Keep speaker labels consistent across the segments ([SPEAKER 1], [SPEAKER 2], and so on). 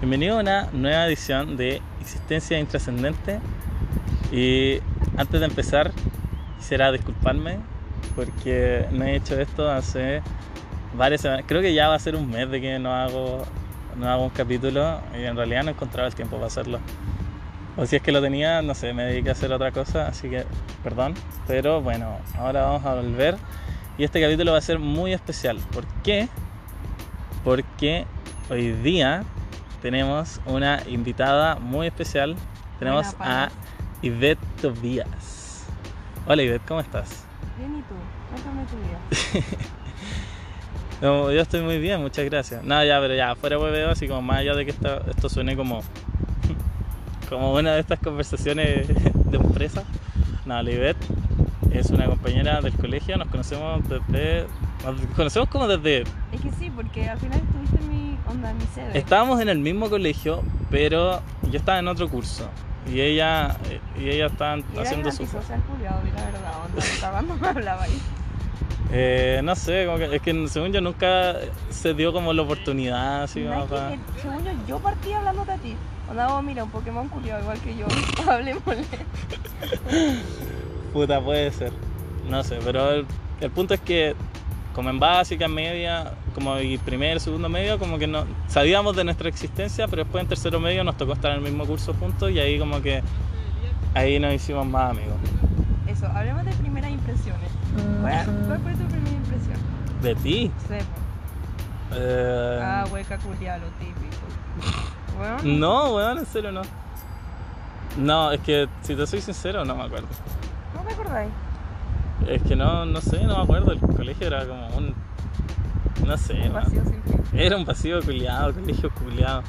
[SPEAKER 1] Bienvenido a una nueva edición de Existencia Intrascendente. Y antes de empezar, quisiera disculparme porque no he hecho esto hace varias semanas. Creo que ya va a ser un mes de que no hago, no hago un capítulo y en realidad no encontraba el tiempo para hacerlo. O si es que lo tenía, no sé, me dediqué a hacer otra cosa, así que perdón. Pero bueno, ahora vamos a volver. Y este capítulo va a ser muy especial. ¿Por qué? Porque hoy día tenemos una invitada muy especial. Tenemos
[SPEAKER 2] Buena,
[SPEAKER 1] a
[SPEAKER 2] Paula.
[SPEAKER 1] Ivette Tobías. Hola Ivette, ¿cómo estás?
[SPEAKER 2] Bien, ¿y tú? Cuéntame tu vida.
[SPEAKER 1] No, yo estoy muy bien, muchas gracias. No, ya, pero ya, fuera hueveo, así como más allá de que esta- esto suene como, como una de estas conversaciones de empresa. No, la Ivette es una compañera del colegio, nos conocemos desde. Nos conocemos como desde.
[SPEAKER 2] Es que sí, porque al final estuviste en mi onda, en mi sede.
[SPEAKER 1] Estábamos en el mismo colegio, pero yo estaba en otro curso. Y ella, y ella estaba
[SPEAKER 2] y era
[SPEAKER 1] haciendo su.
[SPEAKER 2] antisocial culiado, la verdad, onda, estaba no me hablaba ahí.
[SPEAKER 1] Eh, no sé, como que- es que según yo nunca se dio como la oportunidad, así
[SPEAKER 2] No,
[SPEAKER 1] como
[SPEAKER 2] es que-
[SPEAKER 1] para-
[SPEAKER 2] que, según yo, yo partí hablándote a ti. Onda, vos, mira, un Pokémon culiado igual que yo, hablemosle.
[SPEAKER 1] Puta, puede ser. No sé, pero el, el punto es que como en básica, media, como y primer, segundo medio, como que no sabíamos de nuestra existencia, pero después en tercero medio nos tocó estar en el mismo curso juntos y ahí como que ahí nos hicimos más amigos.
[SPEAKER 2] Eso, hablemos de primeras impresiones. ¿Cuál, cuál fue tu primera impresión?
[SPEAKER 1] ¿De ti?
[SPEAKER 2] Sepo.
[SPEAKER 1] Eh,
[SPEAKER 2] Ah, hueca culiado, lo típico. Bueno,
[SPEAKER 1] no, weón, en serio no. No, es que si te soy sincero, no me acuerdo.
[SPEAKER 2] ¿no te acordáis?
[SPEAKER 1] Es que no, no sé, no me acuerdo. El colegio era como un. No sé,
[SPEAKER 2] Un
[SPEAKER 1] no.
[SPEAKER 2] vacío sin fin.
[SPEAKER 1] Era un vacío culiado, colegio culiado.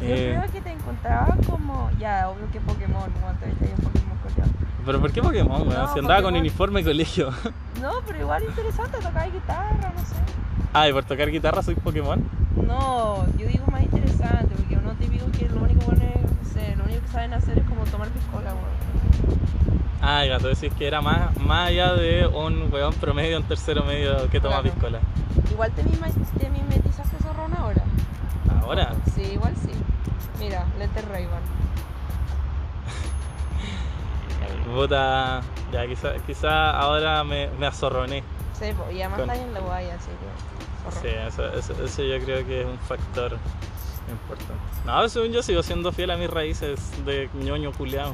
[SPEAKER 1] Eh,
[SPEAKER 2] Yo creo que te encontraba como. Ya, obvio que Pokémon, cuando te viste que Pokémon culiado.
[SPEAKER 1] Pero ¿por qué Pokémon, weón?
[SPEAKER 2] No,
[SPEAKER 1] si andaba con
[SPEAKER 2] Pokémon.
[SPEAKER 1] uniforme de colegio.
[SPEAKER 2] No, pero igual interesante, tocaba guitarra, no sé.
[SPEAKER 1] Ay, Ah, por tocar guitarra soy Pokémon.
[SPEAKER 2] No, yo digo más interesante, porque uno típico que lo único bueno es, no sé, lo único que saben hacer es como tomar piscola, weón.
[SPEAKER 1] Ay, gato, Ah, decís que era más, más allá de un weón promedio, un tercero medio que toma
[SPEAKER 2] Claro.
[SPEAKER 1] piscola.
[SPEAKER 2] Igual te, mima- te mimetizaste zorrón ahora.
[SPEAKER 1] Ahora,
[SPEAKER 2] Sí, igual sí. Mira, lente Rayban.
[SPEAKER 1] puta. Ya, quizá, quizá ahora me, me azorroné.
[SPEAKER 2] Sí, po, y además
[SPEAKER 1] Con-
[SPEAKER 2] está en la guaya, así que.
[SPEAKER 1] Sí,
[SPEAKER 2] zorrón.
[SPEAKER 1] eso, eso- eso yo creo que es un factor importante. No, según yo sigo siendo fiel a mis raíces de ñoño culiado.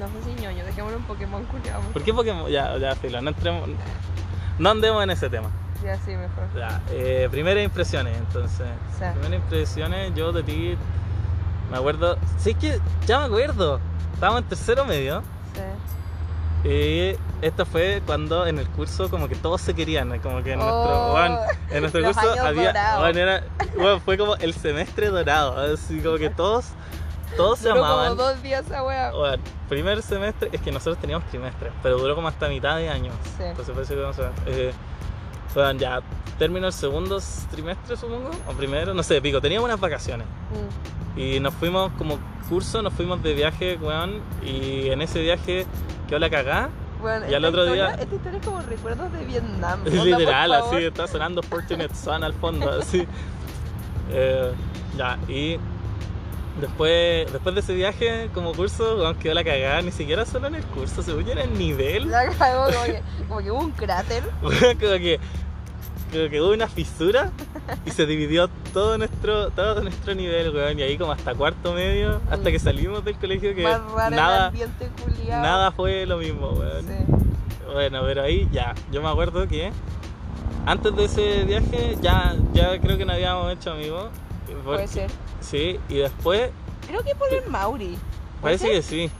[SPEAKER 2] No sé si ñoño, dejémoslo un Pokémon culiado.
[SPEAKER 1] ¿Por qué Pokémon? Ya, ya, filo, no entremos. No andemos en ese tema.
[SPEAKER 2] Ya, sí, mejor.
[SPEAKER 1] Ya, eh, primeras impresiones, entonces.
[SPEAKER 2] O sea,
[SPEAKER 1] Primeras impresiones, yo de ti me acuerdo. Sí, es que ya me acuerdo. Estábamos en tercero medio.
[SPEAKER 2] sí.
[SPEAKER 1] Y esto fue cuando en el curso, como que todos se querían. Como que en nuestro,
[SPEAKER 2] Oh,
[SPEAKER 1] bueno, en nuestro
[SPEAKER 2] los
[SPEAKER 1] curso
[SPEAKER 2] años
[SPEAKER 1] había.
[SPEAKER 2] dorados.
[SPEAKER 1] bueno, era- bueno, fue como el semestre dorado. Así como que todos, todos se Oh.
[SPEAKER 2] Duró
[SPEAKER 1] amaban.
[SPEAKER 2] como dos días esa wea.
[SPEAKER 1] Bueno, primer semestre, es que nosotros teníamos trimestre, pero duró como hasta mitad de año.
[SPEAKER 2] Sí.
[SPEAKER 1] Entonces fue así como se- eh, bueno, ya terminó el segundo trimestre, supongo, o primero, no sé, pico. Teníamos unas vacaciones
[SPEAKER 2] Mm.
[SPEAKER 1] y nos fuimos como curso, nos fuimos de viaje, weón, y en ese viaje quedó la cagá,
[SPEAKER 2] Bueno,
[SPEAKER 1] Y al
[SPEAKER 2] esta
[SPEAKER 1] otro
[SPEAKER 2] historia-
[SPEAKER 1] día-
[SPEAKER 2] Esta historia es como recuerdos de Vietnam. onda, por
[SPEAKER 1] literal, así,
[SPEAKER 2] favor.
[SPEAKER 1] está sonando Fortunate Son al fondo, así. Eh, ya, y después, después de ese viaje como curso, weón, quedó la cagada, ni siquiera solo en el curso, según yo era el nivel.
[SPEAKER 2] La cagó como que, como que hubo un cráter.
[SPEAKER 1] Weón, como que como que hubo una fisura y se dividió todo nuestro todo nuestro nivel weón y ahí como hasta cuarto medio hasta que salimos del colegio que
[SPEAKER 2] Mm. más raro el
[SPEAKER 1] nada
[SPEAKER 2] ambiente culiado.
[SPEAKER 1] nada fue lo mismo weón
[SPEAKER 2] Sí.
[SPEAKER 1] bueno pero ahí ya yo me acuerdo que antes de ese viaje ya ya creo que no habíamos hecho amigos
[SPEAKER 2] Puede ser.
[SPEAKER 1] sí y después
[SPEAKER 2] Creo que por el Mauri. ¿Puede
[SPEAKER 1] parece que sí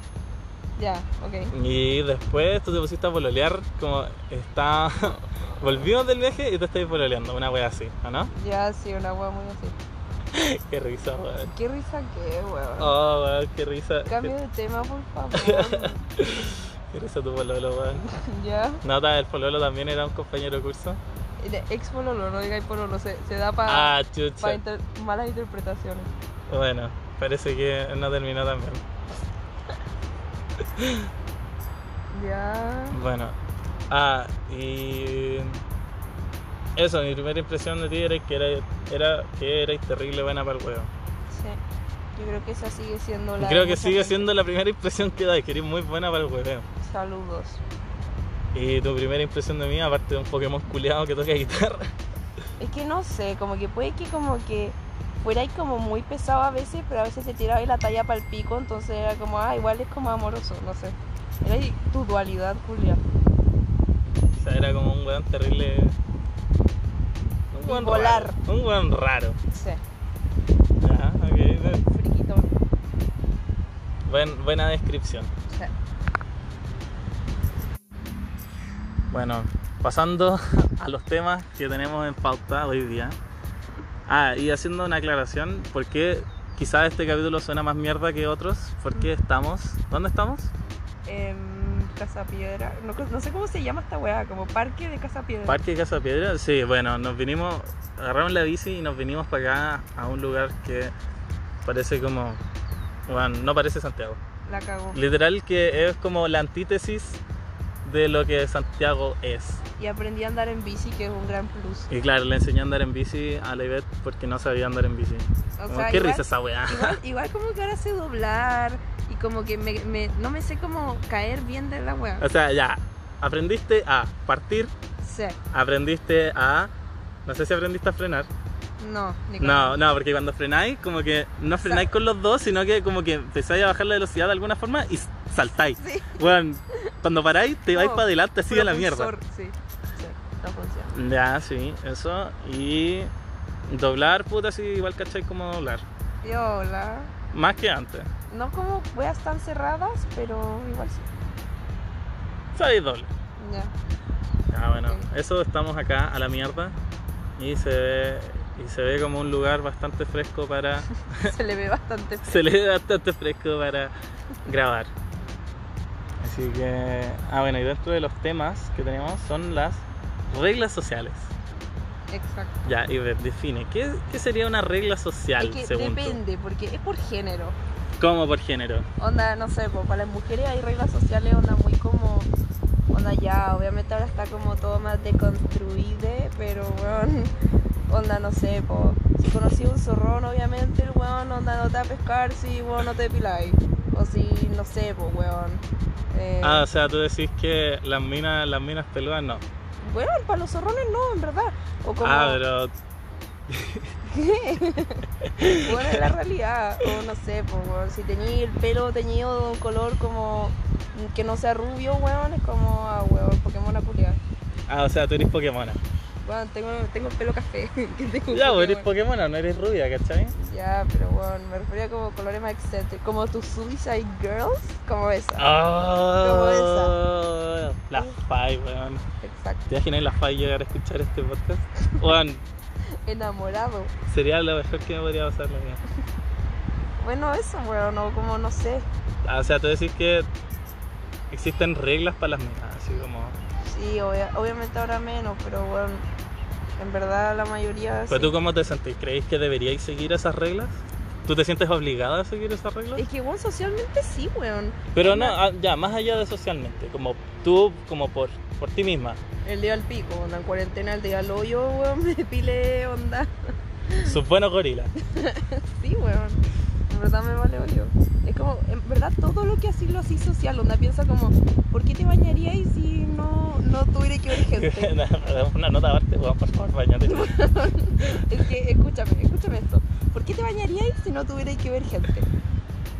[SPEAKER 2] Ya, ok.
[SPEAKER 1] y después tú te pusiste a pololear como está volvimos del viaje y te estáis pololeando una wea así ¿o no?
[SPEAKER 2] Ya, sí, una hueá muy así.
[SPEAKER 1] Qué risa, weón.
[SPEAKER 2] Qué risa que es, weón.
[SPEAKER 1] Oh, weón, qué risa.
[SPEAKER 2] Cambio
[SPEAKER 1] Qué,
[SPEAKER 2] de tema, por favor.
[SPEAKER 1] qué risa tu pololo, weón.
[SPEAKER 2] ya.
[SPEAKER 1] Nota, el pololo también era un compañero de curso.
[SPEAKER 2] El ex pololo, no digáis pololo, se, se da para
[SPEAKER 1] Ah, chucha.
[SPEAKER 2] malas interpretaciones.
[SPEAKER 1] Bueno, parece que no terminó también.
[SPEAKER 2] Ya.
[SPEAKER 1] Bueno. Ah, y... Eso, mi primera impresión de ti era que era, era que erais terrible buena para el huevo.
[SPEAKER 2] Sí. Yo creo que esa sigue siendo la.
[SPEAKER 1] Creo
[SPEAKER 2] de
[SPEAKER 1] que
[SPEAKER 2] mucha
[SPEAKER 1] sigue
[SPEAKER 2] gente.
[SPEAKER 1] siendo la primera impresión que da, que eres muy buena para el hueveo.
[SPEAKER 2] Saludos.
[SPEAKER 1] Y tu primera impresión de mí, aparte de un Pokémon culeado que toca guitarra.
[SPEAKER 2] Es que no sé, como que puede que como que fuera ahí como muy pesado a veces, pero a veces se tiraba ahí la talla para el pico, entonces era como, ah, igual es como amoroso, no sé. Era ahí tu dualidad, Julia.
[SPEAKER 1] O sea, era como un weón terrible. Un weón
[SPEAKER 2] Bipolar.
[SPEAKER 1] raro. Un weón raro.
[SPEAKER 2] Sí,
[SPEAKER 1] Ajá, ok.
[SPEAKER 2] friquitón.
[SPEAKER 1] Buen- buena descripción.
[SPEAKER 2] Sí.
[SPEAKER 1] Bueno, pasando a los temas que tenemos en pauta hoy día. Ah, y haciendo una aclaración, porque quizás este capítulo suena más mierda que otros, porque estamos... ¿Dónde estamos?
[SPEAKER 2] Em, Casa Piedra, no, creo- no sé cómo se llama esta weá, como Parque de Casa Piedra.
[SPEAKER 1] Parque Casa Piedra. Sí, bueno, nos vinimos, agarramos la bici y nos vinimos para acá a un lugar que parece como... Bueno, no parece Santiago.
[SPEAKER 2] La cagó.
[SPEAKER 1] Literal que es como la antítesis de lo que Santiago es.
[SPEAKER 2] Y aprendí a andar en bici, que es un gran plus.
[SPEAKER 1] Y claro, le enseñé a andar en bici a la Ivette porque no sabía andar en bici.
[SPEAKER 2] O
[SPEAKER 1] Como,
[SPEAKER 2] sea,
[SPEAKER 1] Oh, qué
[SPEAKER 2] igual-
[SPEAKER 1] risa esa weá.
[SPEAKER 2] Igual, igual como que ahora sé doblar y como que me, me- no me sé cómo caer bien de la weá.
[SPEAKER 1] O sea, ya, aprendiste a partir,
[SPEAKER 2] Sí,
[SPEAKER 1] aprendiste a... No sé si aprendiste a frenar.
[SPEAKER 2] no, ni
[SPEAKER 1] No, no, porque cuando frenáis, como que no frenáis con los dos, sino que como que empezáis a bajar la velocidad de alguna forma y s- saltáis.
[SPEAKER 2] Sí.
[SPEAKER 1] Bueno, cuando paráis, te vais
[SPEAKER 2] No,
[SPEAKER 1] para adelante así a la mierda.
[SPEAKER 2] Propulsor, Sí, sí, no funciona.
[SPEAKER 1] Ya, sí, eso. Y doblar, puta, sí, igual cachai como doblar.
[SPEAKER 2] Yo, la...
[SPEAKER 1] Más que antes.
[SPEAKER 2] No como weas tan cerradas, pero igual sí.
[SPEAKER 1] Sabéis doblar.
[SPEAKER 2] Ya.
[SPEAKER 1] Ah, bueno,
[SPEAKER 2] Ok.
[SPEAKER 1] eso estamos acá a la mierda y se ve, y se ve como un lugar bastante fresco para.
[SPEAKER 2] Se le ve bastante.
[SPEAKER 1] se le ve bastante fresco para grabar. Así que. Ah, bueno, y dentro de los temas que tenemos son las reglas sociales.
[SPEAKER 2] Exacto.
[SPEAKER 1] Ya, y ve- define, ¿qué, qué sería una regla social
[SPEAKER 2] Es que
[SPEAKER 1] según tú?
[SPEAKER 2] depende, porque es por género.
[SPEAKER 1] ¿Cómo por género?
[SPEAKER 2] Onda, no sé, pues, para las mujeres hay reglas sociales, onda muy como. Onda ya, obviamente ahora está como todo más deconstruido, pero weón. Onda, no sé, pues. Si conocí un zorrón, obviamente el weón, onda no te va a pescar si weón no te depiláis. O si, no sé, pues weón. Eh,
[SPEAKER 1] Ah, o sea, tú decís que las minas, las minas peludas no.
[SPEAKER 2] Bueno, para los zorrones no, en verdad. O como,
[SPEAKER 1] Ah, pero.
[SPEAKER 2] Bueno, es la realidad. O no sé, po, weón, si teñí el pelo teñido de un color como que no sea rubio, weón, es como, ah, weón, Pokémon a culiar.
[SPEAKER 1] Ah, o sea, tú eres Pokémona.
[SPEAKER 2] Weón, tengo, tengo el pelo café. que tengo un
[SPEAKER 1] Ya, vos
[SPEAKER 2] Pokémon.
[SPEAKER 1] eres Pokémona, no eres rubia, ¿cachai?
[SPEAKER 2] Ya, pero weón, me refería como colores más excéntricos. Como tus Suicide Girls, como
[SPEAKER 1] Ah.
[SPEAKER 2] esa.
[SPEAKER 1] Oh, las Fai, weón.
[SPEAKER 2] Exacto.
[SPEAKER 1] ¿Te imaginas las Fai llegar a escuchar este podcast? Weón,
[SPEAKER 2] Enamorado.
[SPEAKER 1] sería lo mejor que me podría pasar la vida.
[SPEAKER 2] Bueno, eso, weón, o como, no sé.
[SPEAKER 1] Ah, o sea, tú decís que existen reglas para las minas, así como.
[SPEAKER 2] Ah, Sí, obvia- obviamente ahora menos, pero weón, en verdad la mayoría.
[SPEAKER 1] ¿Pero
[SPEAKER 2] sí.
[SPEAKER 1] tú cómo te sentís? ¿Creéis que deberíais seguir esas reglas? ¿Tú te sientes obligada a seguir esas reglas?
[SPEAKER 2] Es que, weón, socialmente sí, weón.
[SPEAKER 1] Pero no, ah, ya, más allá de socialmente, como tú, como por, por ti misma.
[SPEAKER 2] El día al pico, onda, en cuarentena el día al hoyo, weón, me depilé, onda.
[SPEAKER 1] Sus buenos gorilas.
[SPEAKER 2] Sí, weón. En verdad me vale hoyo. Es como, en verdad, todo lo que así lo así social, onda, piensa como, ¿por qué te bañaríais si no, no tuviera que ver gente?
[SPEAKER 1] Una nota aparte, weón, por favor, bañate.
[SPEAKER 2] es que, escúchame, escúchame esto. ¿Por qué te bañaríais si no tuviera que ver gente? ¿Por qué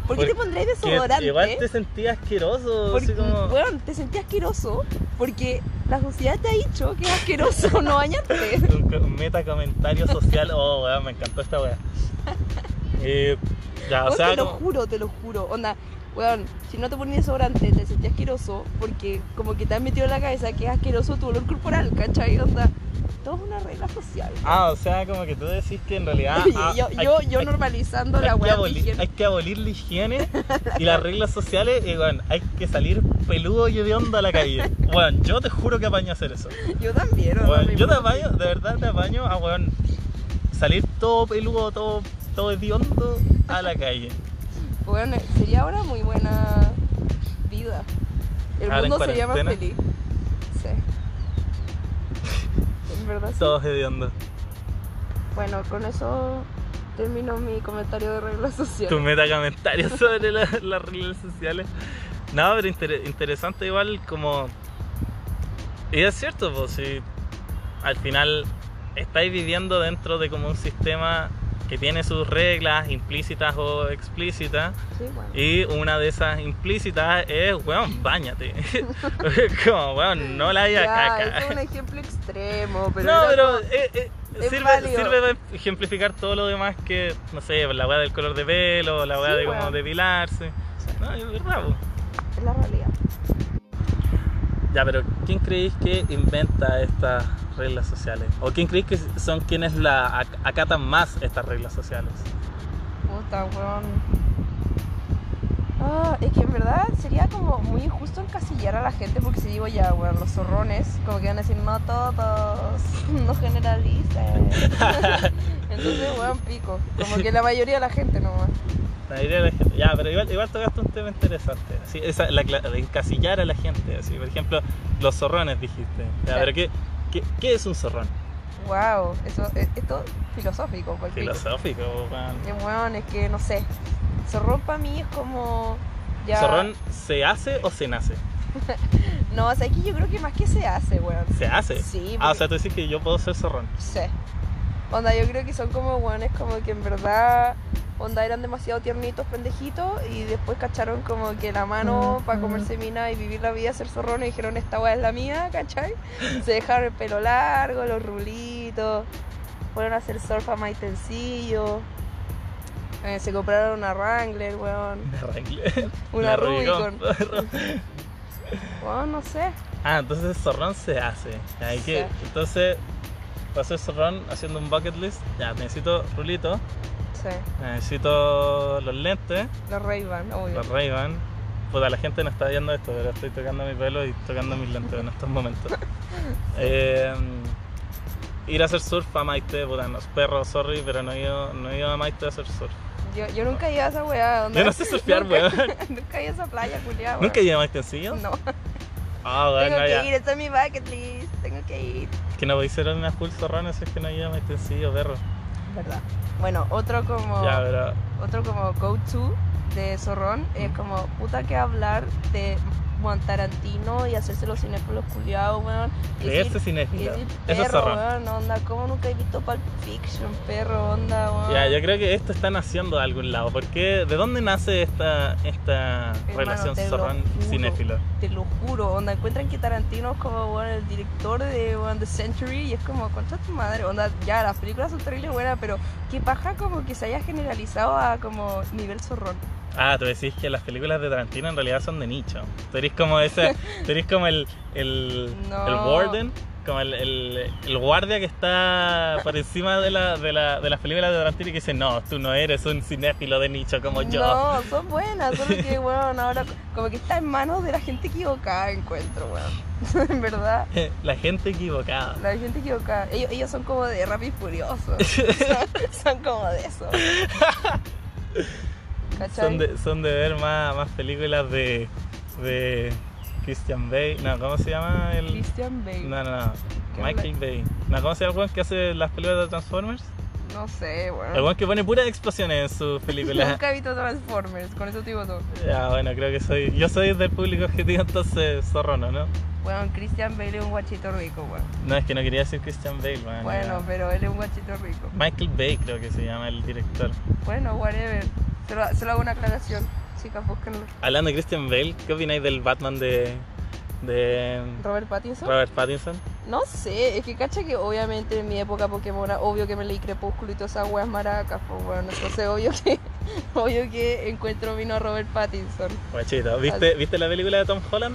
[SPEAKER 1] Porque-
[SPEAKER 2] te pondríais
[SPEAKER 1] Que
[SPEAKER 2] desodorante?
[SPEAKER 1] Igual te sentías asqueroso,
[SPEAKER 2] Porque,
[SPEAKER 1] así como...
[SPEAKER 2] weón, te sentí asqueroso porque la sociedad te ha dicho que es asqueroso no bañarte.
[SPEAKER 1] Un co- meta comentario social. Oh, weón, me encantó esta weá. Eh, ya, o
[SPEAKER 2] Weón,
[SPEAKER 1] sea,
[SPEAKER 2] te lo
[SPEAKER 1] como-
[SPEAKER 2] juro, te lo juro. Onda, weón, si no te ponías desodorante, te sentías asqueroso porque como que te has metido en la cabeza que es asqueroso tu olor corporal, ¿cachai? Onda, todo es una regla social.
[SPEAKER 1] Ah, o sea, como que tú decís que en realidad...
[SPEAKER 2] Y
[SPEAKER 1] ah,
[SPEAKER 2] yo
[SPEAKER 1] hay-
[SPEAKER 2] yo, yo
[SPEAKER 1] hay-
[SPEAKER 2] normalizando
[SPEAKER 1] hay
[SPEAKER 2] la
[SPEAKER 1] que
[SPEAKER 2] weá
[SPEAKER 1] abolir-
[SPEAKER 2] dije,
[SPEAKER 1] hay que abolir la higiene y las reglas sociales y bueno, hay que salir peludo y hediondo a la calle. Bueno, yo te juro que apaño a hacer eso.
[SPEAKER 2] Yo también, onda,
[SPEAKER 1] Bueno,
[SPEAKER 2] mi
[SPEAKER 1] yo te
[SPEAKER 2] mamá-
[SPEAKER 1] apaño, de verdad te apaño a weón, salir todo peludo, todo, todo hediondo a la calle.
[SPEAKER 2] Weón, sería ahora muy buena vida. El
[SPEAKER 1] Ahora en
[SPEAKER 2] mundo sería más
[SPEAKER 1] cuarentena.
[SPEAKER 2] feliz. Sí. En verdad sí.
[SPEAKER 1] Todos hediondos.
[SPEAKER 2] Bueno, con eso termino mi comentario de reglas
[SPEAKER 1] tus
[SPEAKER 2] sociales.
[SPEAKER 1] meta comentarios sobre la- las redes sociales. No, pero inter- interesante igual como... Y es cierto, pues si al final estáis viviendo dentro de como un sistema que tiene sus reglas implícitas o explícitas,
[SPEAKER 2] Sí, bueno.
[SPEAKER 1] y una de esas implícitas es, weón, bañate. como, weón, no la haya
[SPEAKER 2] Ya,
[SPEAKER 1] caca.
[SPEAKER 2] Es un ejemplo extremo, pero.
[SPEAKER 1] no,
[SPEAKER 2] era
[SPEAKER 1] pero
[SPEAKER 2] como-
[SPEAKER 1] eh, eh,
[SPEAKER 2] es
[SPEAKER 1] sirve,
[SPEAKER 2] válido.
[SPEAKER 1] sirve para ejemplificar todo lo demás que, no sé, la weá del color de pelo, la weá
[SPEAKER 2] Sí,
[SPEAKER 1] de cómo
[SPEAKER 2] weón.
[SPEAKER 1] depilarse. No, es verdad, po.
[SPEAKER 2] Es la realidad.
[SPEAKER 1] Ya, pero ¿quién creéis que inventa estas reglas sociales? ¿O quién creéis que son quienes la ac- acatan más estas reglas sociales?
[SPEAKER 2] Puta, weón. Ah, es que en verdad sería como muy injusto encasillar a la gente porque si digo ya, weón, los zorrones, como que van a decir, no todos, no generalicen. Entonces, weón, pico. Como que la mayoría de la gente nomás.
[SPEAKER 1] La mayoría de la gente. Ya, pero igual, igual tocaste un tema interesante. Así, esa, la, cla- de encasillar a la gente. Así, por ejemplo, los zorrones dijiste. Ya,
[SPEAKER 2] Claro.
[SPEAKER 1] pero ¿qué, qué, qué es un zorrón?
[SPEAKER 2] Wow, eso, es, esto filosófico, por pico.
[SPEAKER 1] Filosófico, weón.
[SPEAKER 2] Eh, Weón, es que no sé. Zorrón para mí es como. Ya...
[SPEAKER 1] ¿Zorrón se hace o se nace?
[SPEAKER 2] No, o sea, aquí yo creo que más que se hace, weón.
[SPEAKER 1] Se hace.
[SPEAKER 2] Sí,
[SPEAKER 1] Ah, o
[SPEAKER 2] porque-
[SPEAKER 1] sea, tú decís que yo puedo ser zorrón.
[SPEAKER 2] Sí. Onda, yo creo que son como weones como que en verdad, onda, eran demasiado tiernitos, pendejitos, y después cacharon como que la mano para comerse mina y vivir la vida, ser zorrones, y dijeron, esta weá es la mía, ¿cachai? Se dejaron el pelo largo, los rulitos, fueron a hacer surf a Maitencillo, eh, se compraron una Wrangler, weón,
[SPEAKER 1] Me arreglé.
[SPEAKER 2] una
[SPEAKER 1] Me arreglé.
[SPEAKER 2] Rubicon, weón, no sé.
[SPEAKER 1] Ah, entonces zorrón se hace. Ya, hay que-
[SPEAKER 2] Sí.
[SPEAKER 1] Entonces, para ser zorrón haciendo un bucket list, ya necesito rulito,
[SPEAKER 2] Sí,
[SPEAKER 1] necesito los lentes,
[SPEAKER 2] los Ray-Ban, obvio.
[SPEAKER 1] los ray Puta, la gente no está viendo esto, pero estoy tocando mi pelo y tocando mis lentes en estos momentos. Eh, ir a hacer surf a Maite, puta, los perros, sorry, pero no he ido, no he ido a Maite a hacer surf.
[SPEAKER 2] Yo, yo nunca iba a esa weá, onda.
[SPEAKER 1] Yo no sé surfear,
[SPEAKER 2] Nunca-
[SPEAKER 1] weón.
[SPEAKER 2] Nunca he ido a esa playa, culiada.
[SPEAKER 1] ¿Nunca he ido a Maite en
[SPEAKER 2] No,
[SPEAKER 1] Ah, bueno,
[SPEAKER 2] tengo que
[SPEAKER 1] ya.
[SPEAKER 2] ir, está en mi bucket list, tengo que ir.
[SPEAKER 1] Que no voy a hacer una full zorrona si es que no he ido a Maite en perro.
[SPEAKER 2] ¿Verdad? Bueno, otro como
[SPEAKER 1] Ya, pero
[SPEAKER 2] otro como go to de Zorrón es como puta que hablar de Juan Tarantino y hacerse los cinéfilos culiados, weón. Y
[SPEAKER 1] Creerse
[SPEAKER 2] decir- y
[SPEAKER 1] cinéfilo.
[SPEAKER 2] decir,
[SPEAKER 1] este Eso es
[SPEAKER 2] perro,
[SPEAKER 1] zorrón.
[SPEAKER 2] weón, onda, ¿cómo nunca he visto Pulp Fiction, perro, onda, weón?
[SPEAKER 1] Ya, yo creo que esto están haciendo de algún lado. Porque ¿de dónde nace esta, esta
[SPEAKER 2] Hermano,
[SPEAKER 1] relación
[SPEAKER 2] te lo
[SPEAKER 1] zorrón
[SPEAKER 2] juro.
[SPEAKER 1] cinéfilo?
[SPEAKER 2] Te lo juro, onda, encuentran que Tarantino es como, weón, el director de weón, The Century y es como, concha tu madre, onda, ya, las películas son terribles buenas, pero qué paja como que se haya generalizado a como nivel zorrón.
[SPEAKER 1] Ah, tú decís que las películas de Tarantino en realidad son de nicho. Tú eres como ese, tú eres como el, el,
[SPEAKER 2] No.
[SPEAKER 1] el warden, como el, el- el guardia que está por encima de, la, de, la- de las películas de Tarantino y que dice, no, tú no eres un cinéfilo de nicho como yo.
[SPEAKER 2] No, son buenas, solo que, weón, ahora como que está en manos de la gente equivocada, encuentro, weón. en verdad,
[SPEAKER 1] La gente equivocada.
[SPEAKER 2] la gente equivocada. Ellos, ellos son como de rápido y furioso. son, son como de eso. ¿Cachai?
[SPEAKER 1] Son de, son de ver más, más películas de, de Christian Bale. No, ¿cómo se llama? El...
[SPEAKER 2] Christian Bale.
[SPEAKER 1] No, no, no.
[SPEAKER 2] ¿Qué
[SPEAKER 1] Michael Bay. No, ¿Cómo se llama el weón que hace las películas de Transformers?
[SPEAKER 2] No sé,
[SPEAKER 1] El
[SPEAKER 2] weón.
[SPEAKER 1] weón que pone puras explosiones en sus películas.
[SPEAKER 2] Nunca he visto Transformers, con eso te digo todo.
[SPEAKER 1] ya, bueno, creo que soy. Yo soy del público objetivo, entonces zorrono, ¿no?
[SPEAKER 2] Weón, Christian Bale es un guachito rico, weón.
[SPEAKER 1] No, es que no quería decir Christian Bale, weón,
[SPEAKER 2] Bueno,
[SPEAKER 1] Ah, ya.
[SPEAKER 2] pero él es un guachito rico.
[SPEAKER 1] Michael Bay creo que se llama el director.
[SPEAKER 2] Bueno, whatever. Solo, solo hago una aclaración. Chicas, búsquenlo.
[SPEAKER 1] Hablando de Christian Bale, ¿qué opináis del Batman de. de.
[SPEAKER 2] Robert Pattinson.
[SPEAKER 1] Robert Pattinson?
[SPEAKER 2] No sé, es que cacha que obviamente en mi época Pokémon, obvio que me leí Crepúsculo y todas esas weas maracas, pues bueno, entonces obvio que, obvio que encuentro vino a Robert Pattinson.
[SPEAKER 1] Guachito, ¿viste, ¿viste la película de Tom Holland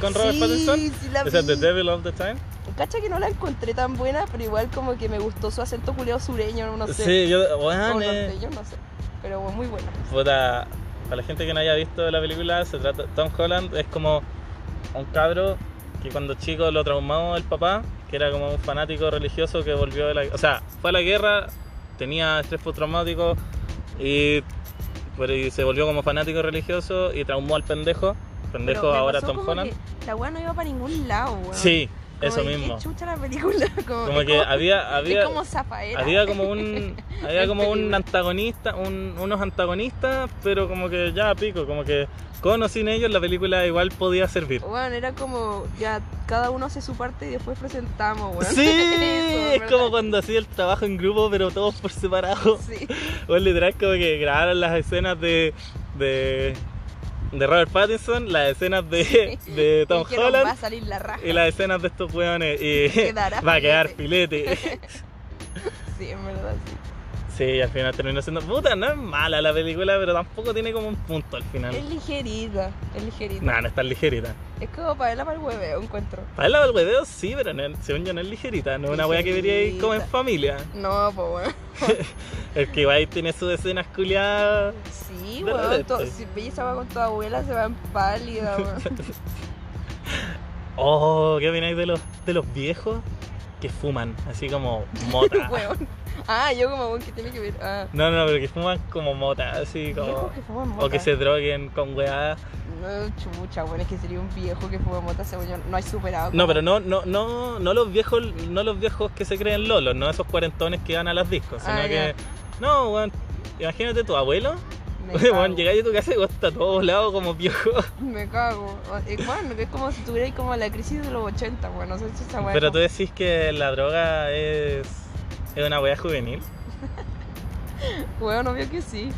[SPEAKER 1] con Robert
[SPEAKER 2] sí,
[SPEAKER 1] Pattinson?
[SPEAKER 2] Sí, la
[SPEAKER 1] Esa es The
[SPEAKER 2] vi.
[SPEAKER 1] Devil of the Time.
[SPEAKER 2] Cacha que no la encontré tan buena, pero igual como que me gustó su acento culeado sureño, no sé.
[SPEAKER 1] Sí, yo,
[SPEAKER 2] o
[SPEAKER 1] weón, eh,
[SPEAKER 2] norteño, no sé, pero muy buena.
[SPEAKER 1] puta, para la gente que no haya visto la película, se trata, Tom Holland es como un cabro que cuando chico lo traumó el papá, que era como un fanático religioso que volvió de la o sea, fue a la guerra, tenía estrés postraumático y, pero, y se volvió como fanático religioso y traumó al pendejo, pendejo
[SPEAKER 2] Pero me
[SPEAKER 1] ahora
[SPEAKER 2] pasó
[SPEAKER 1] Tom
[SPEAKER 2] como
[SPEAKER 1] Holland.
[SPEAKER 2] que La wea no iba para ningún lado, weón.
[SPEAKER 1] Sí, Eso
[SPEAKER 2] de,
[SPEAKER 1] mismo.
[SPEAKER 2] "¿Qué chucha la película. Como,
[SPEAKER 1] Como
[SPEAKER 2] es
[SPEAKER 1] que
[SPEAKER 2] como-
[SPEAKER 1] había,
[SPEAKER 2] es
[SPEAKER 1] había,
[SPEAKER 2] como Zafaera.
[SPEAKER 1] había como un, había
[SPEAKER 2] Es
[SPEAKER 1] como un
[SPEAKER 2] película.
[SPEAKER 1] antagonista, un- unos antagonistas, pero como que ya pico, como que con o sin ellos la película igual podía servir.
[SPEAKER 2] Bueno, era como ya cada uno hace su parte y después presentamos, weón.
[SPEAKER 1] Sí,
[SPEAKER 2] Eso,
[SPEAKER 1] es como
[SPEAKER 2] ¿verdad?
[SPEAKER 1] cuando hacía el trabajo en grupo, pero todos por separado.
[SPEAKER 2] Sí.
[SPEAKER 1] Bueno, literal, como que grabaron las escenas de, de, de Robert Pattinson, las escenas de, de Tom
[SPEAKER 2] Dijeron, Va a
[SPEAKER 1] Holland
[SPEAKER 2] salir la raja.
[SPEAKER 1] y las escenas de estos weones. Y
[SPEAKER 2] Quedará
[SPEAKER 1] va a quedar
[SPEAKER 2] filete.
[SPEAKER 1] filete.
[SPEAKER 2] Sí, en verdad, sí.
[SPEAKER 1] Sí, y al final terminó siendo puta. No es mala la película, pero tampoco tiene como un punto al
[SPEAKER 2] Es
[SPEAKER 1] final.
[SPEAKER 2] ligerita, es ligerita.
[SPEAKER 1] Nah, no es tan ligerita.
[SPEAKER 2] Es como para verla para el hueveo, encuentro.
[SPEAKER 1] Para el lado del hueveo sí, pero no, es- según yo no es ligerita. No es una wea que debería ir como en
[SPEAKER 2] Ligerita.
[SPEAKER 1] familia.
[SPEAKER 2] No, pues bueno.
[SPEAKER 1] El que va ahí tiene sus escenas culiadas.
[SPEAKER 2] Sí,
[SPEAKER 1] De
[SPEAKER 2] weón.
[SPEAKER 1] repente.
[SPEAKER 2] to- Si veis esa weá con tu abuela, se va en pálida, weón.
[SPEAKER 1] Oh, ¿qué opináis de los, de los viejos que fuman? Así como mota.
[SPEAKER 2] Weón. Ah, yo como, weón, ¿qué tiene que ver? Ah.
[SPEAKER 1] No, no, pero que fuman como mota, así como.
[SPEAKER 2] Viejos que fuman mota.
[SPEAKER 1] O que se droguen con weá.
[SPEAKER 2] No, chucha, weón, es que sería un viejo que fuma mota, según yo. No hay superado.
[SPEAKER 1] No, pero no, no, no, no los viejos, no los viejos que se creen lolos, no esos cuarentones que van a las discos, sino
[SPEAKER 2] Ah,
[SPEAKER 1] que.
[SPEAKER 2] ya.
[SPEAKER 1] No, weón. Imagínate tu abuelo,
[SPEAKER 2] Me
[SPEAKER 1] weón,
[SPEAKER 2] cago.
[SPEAKER 1] llegáis a tu casa y vos estás todo volado como viejo.
[SPEAKER 2] Me cago. Eh, Bueno, que es como si tuviera ahí como la crisis de los 80, weón. No sé si esa weá.
[SPEAKER 1] Pero
[SPEAKER 2] como-
[SPEAKER 1] tú decís que la droga es. es una weá juvenil.
[SPEAKER 2] Weón, obvio que sí.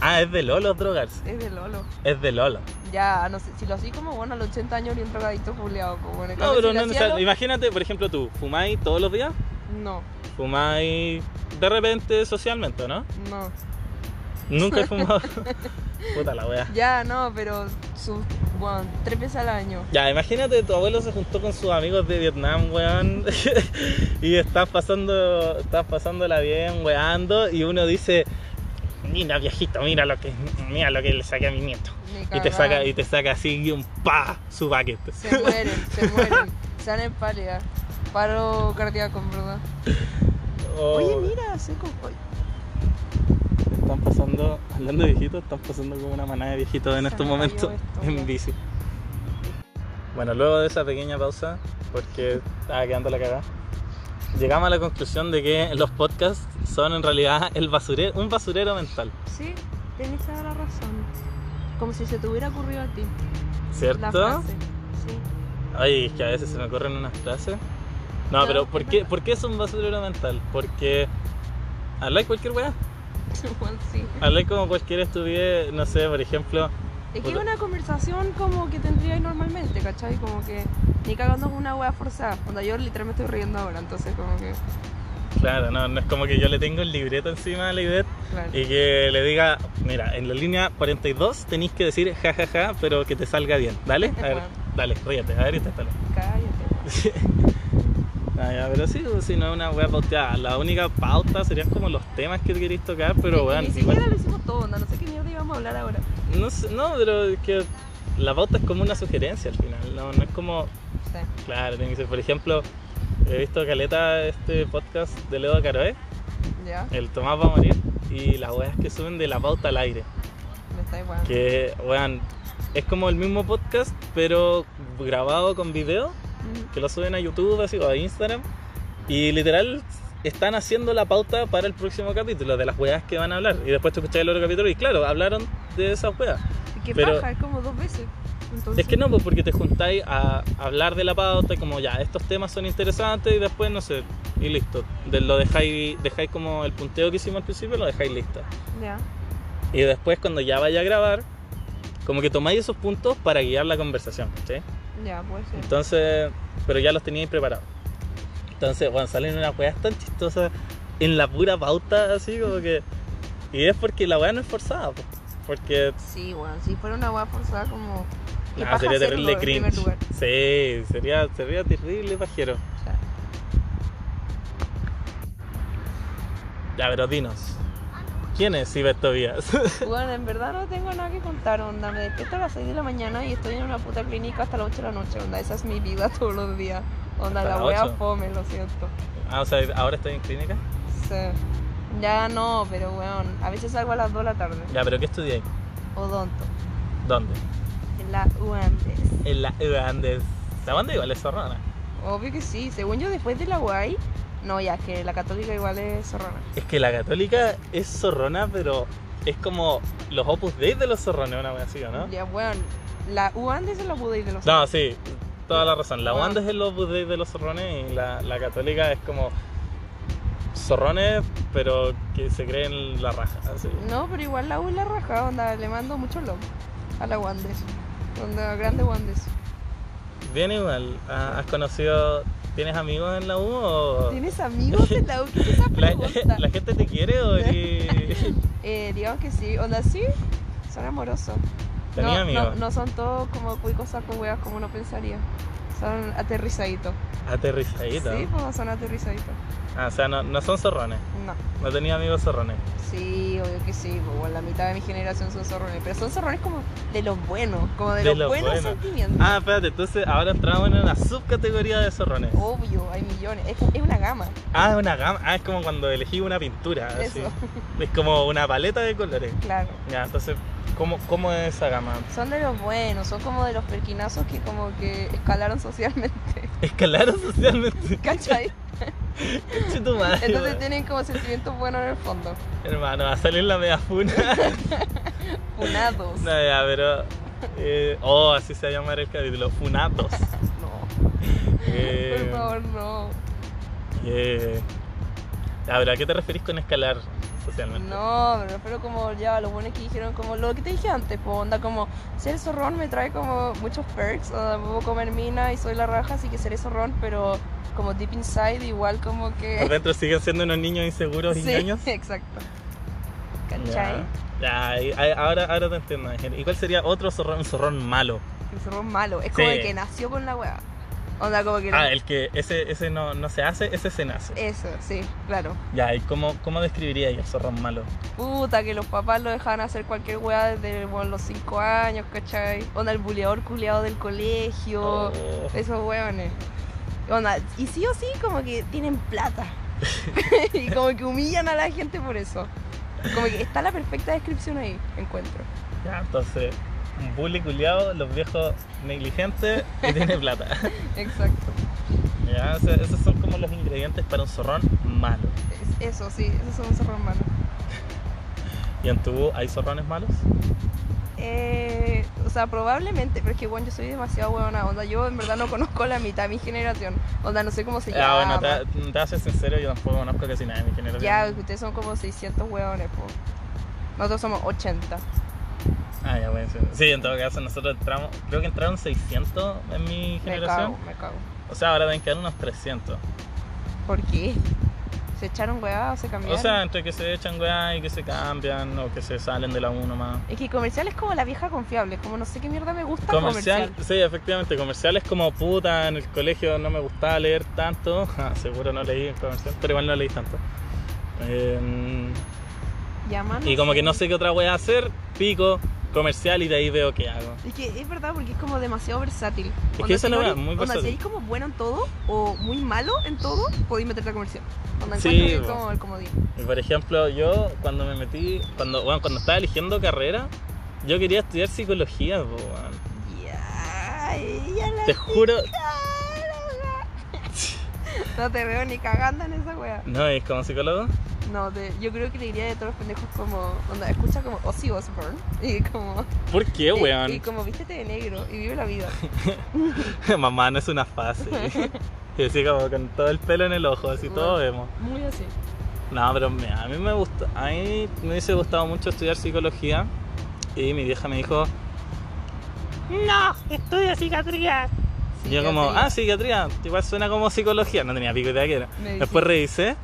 [SPEAKER 1] Ah, es de lolos drogarse.
[SPEAKER 2] Es de Lolo.
[SPEAKER 1] Es de lolos.
[SPEAKER 2] Ya, no sé, si lo hacía como bueno a los 80 años bien drogadito juliado, como bueno. en
[SPEAKER 1] No,
[SPEAKER 2] cambio,
[SPEAKER 1] pero no,
[SPEAKER 2] si
[SPEAKER 1] es
[SPEAKER 2] lo hacía
[SPEAKER 1] necesario.
[SPEAKER 2] a los-
[SPEAKER 1] imagínate, por ejemplo, tú, ¿fumáis todos los días?
[SPEAKER 2] No,
[SPEAKER 1] ¿Fumáis de repente socialmente, no?
[SPEAKER 2] no.
[SPEAKER 1] Nunca he fumado. Puta la wea.
[SPEAKER 2] Ya, no, pero su, bueno, tres veces al año.
[SPEAKER 1] Ya, imagínate, tu abuelo se juntó con sus amigos de Vietnam, weón. y estás pasando, estás pasándola bien, weando. Y uno dice, mira viejito, mira lo que, mira lo que le saqué a mi nieto.
[SPEAKER 2] Ni
[SPEAKER 1] Y te
[SPEAKER 2] cagando.
[SPEAKER 1] saca, y te saca así un pa su bucket.
[SPEAKER 2] Se mueren, se mueren. se van en pálida. Paro cardíaco, en verdad.
[SPEAKER 1] Oh,
[SPEAKER 2] Oye, mira, soy como. oye,
[SPEAKER 1] Están pasando, hablando de viejitos, están pasando como una manada de viejitos en
[SPEAKER 2] Se
[SPEAKER 1] estos
[SPEAKER 2] me cayó
[SPEAKER 1] momentos
[SPEAKER 2] esto,
[SPEAKER 1] en
[SPEAKER 2] ya.
[SPEAKER 1] bici. Bueno, luego de esa pequeña pausa, porque estaba quedando la cagada, llegamos a la conclusión de que los podcasts son en realidad el basurero, un basurero mental,
[SPEAKER 2] Sí, tenés toda la razón. Como si se te hubiera ocurrido a ti. La
[SPEAKER 1] ¿cierto?
[SPEAKER 2] frase. Sí.
[SPEAKER 1] Ay, es que a veces se me ocurren unas frases. No,
[SPEAKER 2] No,
[SPEAKER 1] pero ¿por
[SPEAKER 2] es
[SPEAKER 1] qué,
[SPEAKER 2] verdad.
[SPEAKER 1] ¿por qué es un basurero mental? Porque habláis cualquier weá,
[SPEAKER 2] Bueno, sí.
[SPEAKER 1] habláis como cualquier estupidez, no sé, por ejemplo,
[SPEAKER 2] Es que es
[SPEAKER 1] Puta.
[SPEAKER 2] una conversación como que tendría normalmente, ¿cachai? Como que ni cagando con una wea forzada. Cuando yo literalmente estoy riendo ahora, entonces como que.
[SPEAKER 1] claro, no, no es como que yo le tengo el libreto encima a la idea
[SPEAKER 2] Claro.
[SPEAKER 1] Y que le diga, mira, en la línea 42 tenéis que decir jajaja, pero que te salga bien. Dale, a ver,
[SPEAKER 2] Bueno.
[SPEAKER 1] dale, ríete, a ver, inténtalo.
[SPEAKER 2] Cállate.
[SPEAKER 1] Ah, ya, pero sí, si no es una wea pauteada. La única pauta serían como los temas que queréis tocar, pero
[SPEAKER 2] Y- y
[SPEAKER 1] bueno,
[SPEAKER 2] Ni siquiera lo hicimos todo, no, no sé qué mierda íbamos a hablar ahora.
[SPEAKER 1] no, sé- no, pero es que la pauta es como una sugerencia al final, no, no es como,
[SPEAKER 2] O sea,
[SPEAKER 1] claro, tiene que ser, por ejemplo, he visto caleta este podcast de Ledo Caroé,
[SPEAKER 2] ya,
[SPEAKER 1] el Tomás va a morir, y las weas que suben de la pauta al aire.
[SPEAKER 2] me está igual.
[SPEAKER 1] Que, weón, es como el mismo podcast, pero grabado con video,
[SPEAKER 2] Mm,
[SPEAKER 1] que lo suben a YouTube así, o a Instagram. Y literal están haciendo la pauta para el próximo capítulo, de las weas que van a hablar. Y después te escuchás el otro capítulo y claro, hablaron de esas weas.
[SPEAKER 2] Y que
[SPEAKER 1] Pero-
[SPEAKER 2] baja, es como dos veces. Entonces,
[SPEAKER 1] Es que no, pues porque te juntáis a hablar de la pauta y como ya, estos temas son interesantes y después, no sé, y listo. De- lo dejáis, dejáis como el punteo que hicimos al principio, lo dejáis listo.
[SPEAKER 2] Ya,
[SPEAKER 1] Y después cuando ya vaya a grabar, como que tomáis esos puntos para guiar la conversación, ¿cachai?
[SPEAKER 2] ya, puede ser.
[SPEAKER 1] Entonces, pero ya los teníais preparados. Entonces, bueno, salen unas weas tan chistosas en la pura pauta, así como que... Y es porque la wea no es forzada, po. porque...
[SPEAKER 2] Sí, bueno, si fuera una wea forzada, como. que
[SPEAKER 1] nah,
[SPEAKER 2] paja
[SPEAKER 1] Ah, sería
[SPEAKER 2] hacerlo,
[SPEAKER 1] terrible
[SPEAKER 2] en primer
[SPEAKER 1] cringe.
[SPEAKER 2] lugar.
[SPEAKER 1] Sí, sería, sería terrible pajero.
[SPEAKER 2] O sea,
[SPEAKER 1] Ya, pero dinos. ¿Quién es Iber Tobías?
[SPEAKER 2] Bueno, en verdad no tengo nada que contar, onda. Me despierto a las 6 de la mañana y estoy en una puta clínica hasta las 8 de la noche, onda. Esa es mi vida todos los días. Onda,
[SPEAKER 1] ¿Hasta
[SPEAKER 2] la
[SPEAKER 1] las
[SPEAKER 2] wea
[SPEAKER 1] ocho?
[SPEAKER 2] fome, lo siento.
[SPEAKER 1] ah, o sea, ahora estoy en clínica.
[SPEAKER 2] Sí. Ya no, pero weón. A veces salgo a las 2 de la tarde.
[SPEAKER 1] Ya, pero ¿qué estudié?
[SPEAKER 2] Odonto.
[SPEAKER 1] ¿Dónde?
[SPEAKER 2] En la UAMDES.
[SPEAKER 1] En la Andes. La banda igual es zorrona.
[SPEAKER 2] Obvio que sí. Según yo, después de la UAI, no, ya, es que la católica igual es zorrona.
[SPEAKER 1] Es que la católica es zorrona, pero es como los opus dei de los zorrones, una wea así, ¿o ¿no?
[SPEAKER 2] Ya, bueno, la UAND es E la Buda y de los
[SPEAKER 1] No, sí, toda la razón. La UAND es el opus dei de los zorrones y la, la católica es como zorrones, pero que se creen la raja, así.
[SPEAKER 2] No, pero igual la U la raja, onda, le mando mucho love a la Wandes. E Onda, grande Wandes.
[SPEAKER 1] Bien igual, ¿ha- ¿has conocido, tienes amigos en la U o...?
[SPEAKER 2] ¿Tienes amigos en la U? ¿Qué es esa
[SPEAKER 1] ¿La,
[SPEAKER 2] pregunta?
[SPEAKER 1] la gente te quiere o...? eres-
[SPEAKER 2] Eh, digamos que sí, onda, sí, son amorosos.
[SPEAKER 1] ¿Tenía
[SPEAKER 2] no,
[SPEAKER 1] amigos?
[SPEAKER 2] No, no son todos como cuicos saco huevas como uno pensaría. Son aterrizaditos.
[SPEAKER 1] Aterrizadito.
[SPEAKER 2] Sí, pues son aterrizaditos.
[SPEAKER 1] Ah, o sea, no, no son zorrones.
[SPEAKER 2] No.
[SPEAKER 1] No tenía amigos zorrones.
[SPEAKER 2] Sí, obvio que sí, pues, bueno, la mitad de mi generación son zorrones, pero son zorrones como de los buenos, como de,
[SPEAKER 1] De
[SPEAKER 2] los,
[SPEAKER 1] los
[SPEAKER 2] buenos,
[SPEAKER 1] buenos.
[SPEAKER 2] sentimientos.
[SPEAKER 1] Ah, espérate, entonces ahora entramos en una subcategoría de zorrones.
[SPEAKER 2] Obvio, hay millones, es, es una gama.
[SPEAKER 1] Ah, es una gama. Ah, es como cuando elegí una pintura. así.
[SPEAKER 2] Eso,
[SPEAKER 1] Es como una paleta de colores.
[SPEAKER 2] claro.
[SPEAKER 1] Ya, entonces, ¿cómo, cómo es esa gama?
[SPEAKER 2] Son de los buenos, son como de los perquinazos que como que escalaron socialmente,
[SPEAKER 1] Escalaron socialmente.
[SPEAKER 2] ¿cachai?
[SPEAKER 1] Conche tu madre,
[SPEAKER 2] Entonces
[SPEAKER 1] weón.
[SPEAKER 2] tienen como sentimientos buenos en el fondo.
[SPEAKER 1] Hermano, va a salir la media funa.
[SPEAKER 2] Funados.
[SPEAKER 1] no, ya, pero. eh, oh, así se va a llamar el capítulo. Funatos.
[SPEAKER 2] No,
[SPEAKER 1] Eh,
[SPEAKER 2] por favor, no.
[SPEAKER 1] eh, ya, pero ¿a qué te referís con escalar socialmente?
[SPEAKER 2] No, me refiero como ya a los buenos que dijeron como lo que te dije antes, pues onda como ser zorrón me trae como muchos perks, onda puedo comer mina y soy la raja, así que seré zorrón, pero como deep inside igual como
[SPEAKER 1] Por
[SPEAKER 2] que...
[SPEAKER 1] dentro siguen siendo unos niños inseguros y ñoños.
[SPEAKER 2] exacto. ¿Cachai?
[SPEAKER 1] Ya, Ya, ahí- ahí- ahora, ahora te entiendo, Ángel. ¿Y cuál sería otro zorrón, un zorrón malo?
[SPEAKER 2] El zorrón malo, es como
[SPEAKER 1] Sí.
[SPEAKER 2] el que nació con la wea. Onda como que...
[SPEAKER 1] Ah, el que ese, ese no, no se hace, ese se nace.
[SPEAKER 2] Eso, sí, claro.
[SPEAKER 1] Ya, ¿y cómo, cómo describirías el zorrón malo?
[SPEAKER 2] Puta, que los papás lo dejaban hacer cualquier weá desde bueno, los 5 años, ¿cachai? Onda el buleador culeado del colegio.
[SPEAKER 1] Oh,
[SPEAKER 2] Esos hueones. Onda, y sí o sí, como que tienen plata. y como que humillan a la gente por eso. Como que está la perfecta descripción ahí, encuentro.
[SPEAKER 1] ya, entonces, un bully culiado, los viejos negligentes y tiene plata.
[SPEAKER 2] Exacto.
[SPEAKER 1] Ya, o sea, esos son como los ingredientes para un zorrón malo.
[SPEAKER 2] Es- eso, sí, esos son esos romanos.
[SPEAKER 1] ¿Y en tu U hay zorrones malos?
[SPEAKER 2] Eh, o sea, probablemente, pero es que, bueno, yo soy demasiado hueona. Onda, yo en verdad no conozco la mitad de mi generación. Onda, no sé cómo se llama.
[SPEAKER 1] Ah, bueno, te, te haces sincero, yo tampoco conozco casi nada de mi generación.
[SPEAKER 2] Ya, ustedes son como 600 hueones, po. Nosotros somos 80.
[SPEAKER 1] Ah, ya, bueno, sí. Sí, en todo caso, nosotros entramos, creo que entraron 600 en mi
[SPEAKER 2] Me
[SPEAKER 1] generación.
[SPEAKER 2] cago, me cago.
[SPEAKER 1] O sea, ahora deben quedar unos 300.
[SPEAKER 2] ¿Por qué? ¿Se echaron hueá o se cambiaron?
[SPEAKER 1] O sea, entre que se echan weá y que se cambian o que se salen de la uno más.
[SPEAKER 2] Es que comercial es como la vieja confiable, como no sé qué mierda me gusta
[SPEAKER 1] Comercial,
[SPEAKER 2] comercial.
[SPEAKER 1] sí, efectivamente, comercial es como puta, en el colegio no me gustaba leer tanto, Ja, seguro no leí en comercial, pero igual no leí tanto.
[SPEAKER 2] Ah,
[SPEAKER 1] Eh,
[SPEAKER 2] Llaman,
[SPEAKER 1] y como que no sé qué otra voy a hacer, pico comercial y de ahí veo qué hago.
[SPEAKER 2] Es que es verdad porque es como demasiado versátil.
[SPEAKER 1] que
[SPEAKER 2] Onda,
[SPEAKER 1] esa
[SPEAKER 2] si
[SPEAKER 1] es la
[SPEAKER 2] no
[SPEAKER 1] weá,
[SPEAKER 2] eres-
[SPEAKER 1] muy
[SPEAKER 2] onda,
[SPEAKER 1] versátil.
[SPEAKER 2] si eres como bueno en todo o muy malo en todo, podéis meterte a comercial. Onda,
[SPEAKER 1] Sí,
[SPEAKER 2] encuentro que es
[SPEAKER 1] bo.
[SPEAKER 2] como el comodín.
[SPEAKER 1] Y por ejemplo, yo cuando me metí, cuando, bueno, cuando estaba eligiendo carrera, yo quería estudiar psicología, po, weón.
[SPEAKER 2] Ya, ya la
[SPEAKER 1] Te juro,
[SPEAKER 2] cara, weá. No te veo ni cagando en esa wea.
[SPEAKER 1] no es como psicólogo.
[SPEAKER 2] No, te- yo creo que le diría de todos los pendejos como, onda, escucha como Ozzy Osbourne y como,
[SPEAKER 1] ¿Por qué,
[SPEAKER 2] y-
[SPEAKER 1] weón?
[SPEAKER 2] y, como vístete de negro y vive la vida.
[SPEAKER 1] Mamá no es una fase. Y así como con todo el pelo en el ojo, así todos vemos.
[SPEAKER 2] Muy así.
[SPEAKER 1] No, pero me- a mí me gusta, a mí me hubiese gustado mucho estudiar psicología y mi vieja me dijo, no, estudia psiquiatría. Y yo como,
[SPEAKER 2] Psiquiatría.
[SPEAKER 1] ah, psiquiatría, igual suena como psicología, no tenía pico idea qué era.
[SPEAKER 2] Medicina.
[SPEAKER 1] Después revisé,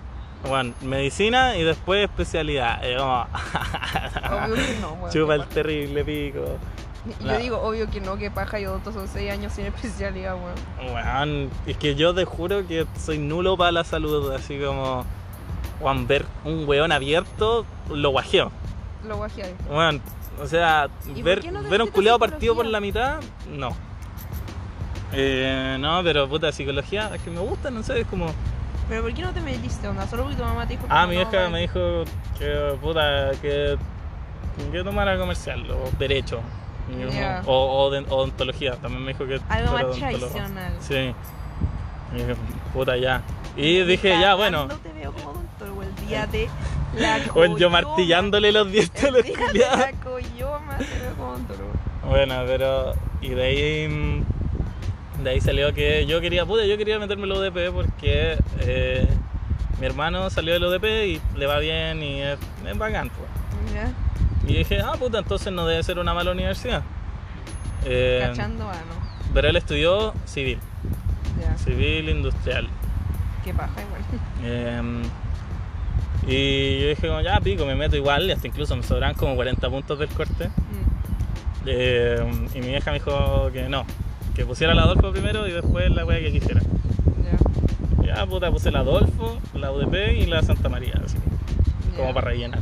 [SPEAKER 1] bueno, medicina y después especialidad. Y yo como, "Ah,
[SPEAKER 2] Obvio que no, weón.
[SPEAKER 1] chupa
[SPEAKER 2] qué
[SPEAKER 1] el terrible pico.
[SPEAKER 2] paja.
[SPEAKER 1] la-
[SPEAKER 2] Yo digo, obvio que no, que paja, yo doctor son 6 años sin especialidad, weón.
[SPEAKER 1] Weón, es que yo te juro que soy nulo para la salud, así como weón, ver un weón abierto, lo guajeo.
[SPEAKER 2] Lo guajé ahí.
[SPEAKER 1] Weón, o sea,
[SPEAKER 2] ¿Y por
[SPEAKER 1] ver,
[SPEAKER 2] qué no te
[SPEAKER 1] ver un
[SPEAKER 2] metes a
[SPEAKER 1] culeado partido
[SPEAKER 2] psicología?
[SPEAKER 1] por la mitad, no. Eh, no, pero puta, psicología, es que me gusta, no sé, es como...
[SPEAKER 2] Pero ¿por qué no te metiste, onda? Solo porque tu mamá te dijo
[SPEAKER 1] Ah,
[SPEAKER 2] como,
[SPEAKER 1] mi
[SPEAKER 2] no,
[SPEAKER 1] vieja
[SPEAKER 2] mamá,
[SPEAKER 1] me dijo que, puta, que... Que tomara comercial o derecho. Y yo como-
[SPEAKER 2] Ya.
[SPEAKER 1] O, o de- odontología, también me dijo que...
[SPEAKER 2] Algo
[SPEAKER 1] fuera
[SPEAKER 2] más
[SPEAKER 1] odontólogo.
[SPEAKER 2] tradicional.
[SPEAKER 1] Sí. Y dije, puta ya. Y dije, ya, bueno.
[SPEAKER 2] No te veo como odontólogo, olvídate. La
[SPEAKER 1] Bueno, yo
[SPEAKER 2] coyoma,
[SPEAKER 1] martillándole los dientes a los
[SPEAKER 2] olvídate
[SPEAKER 1] culiados.
[SPEAKER 2] La coyoma, te veo como odontólogo.
[SPEAKER 1] Bueno, pero. Y de ahí. mm, De ahí salió que yo quería. Puta, yo quería meterme en la UDP porque. eh, mi hermano salió de la UDP y le va bien y es, es bacán, pues.
[SPEAKER 2] Mira,
[SPEAKER 1] Y dije, ah, puta, entonces no debe ser una mala universidad. Eh,
[SPEAKER 2] cachando a no.
[SPEAKER 1] pero él estudió civil,
[SPEAKER 2] Ya,
[SPEAKER 1] civil industrial.
[SPEAKER 2] qué paja igual.
[SPEAKER 1] Eh, y yo dije, como, ya pico, me meto igual, y hasta incluso me sobran como 40 puntos del corte.
[SPEAKER 2] Mm,
[SPEAKER 1] Eh, y mi vieja me dijo que no, que pusiera la Adolfo primero y después la wea que quisiera.
[SPEAKER 2] Mm, Ya,
[SPEAKER 1] Ya, puta, puse la Adolfo, la UDP y la Santa María, así, como
[SPEAKER 2] ya.
[SPEAKER 1] para rellenar.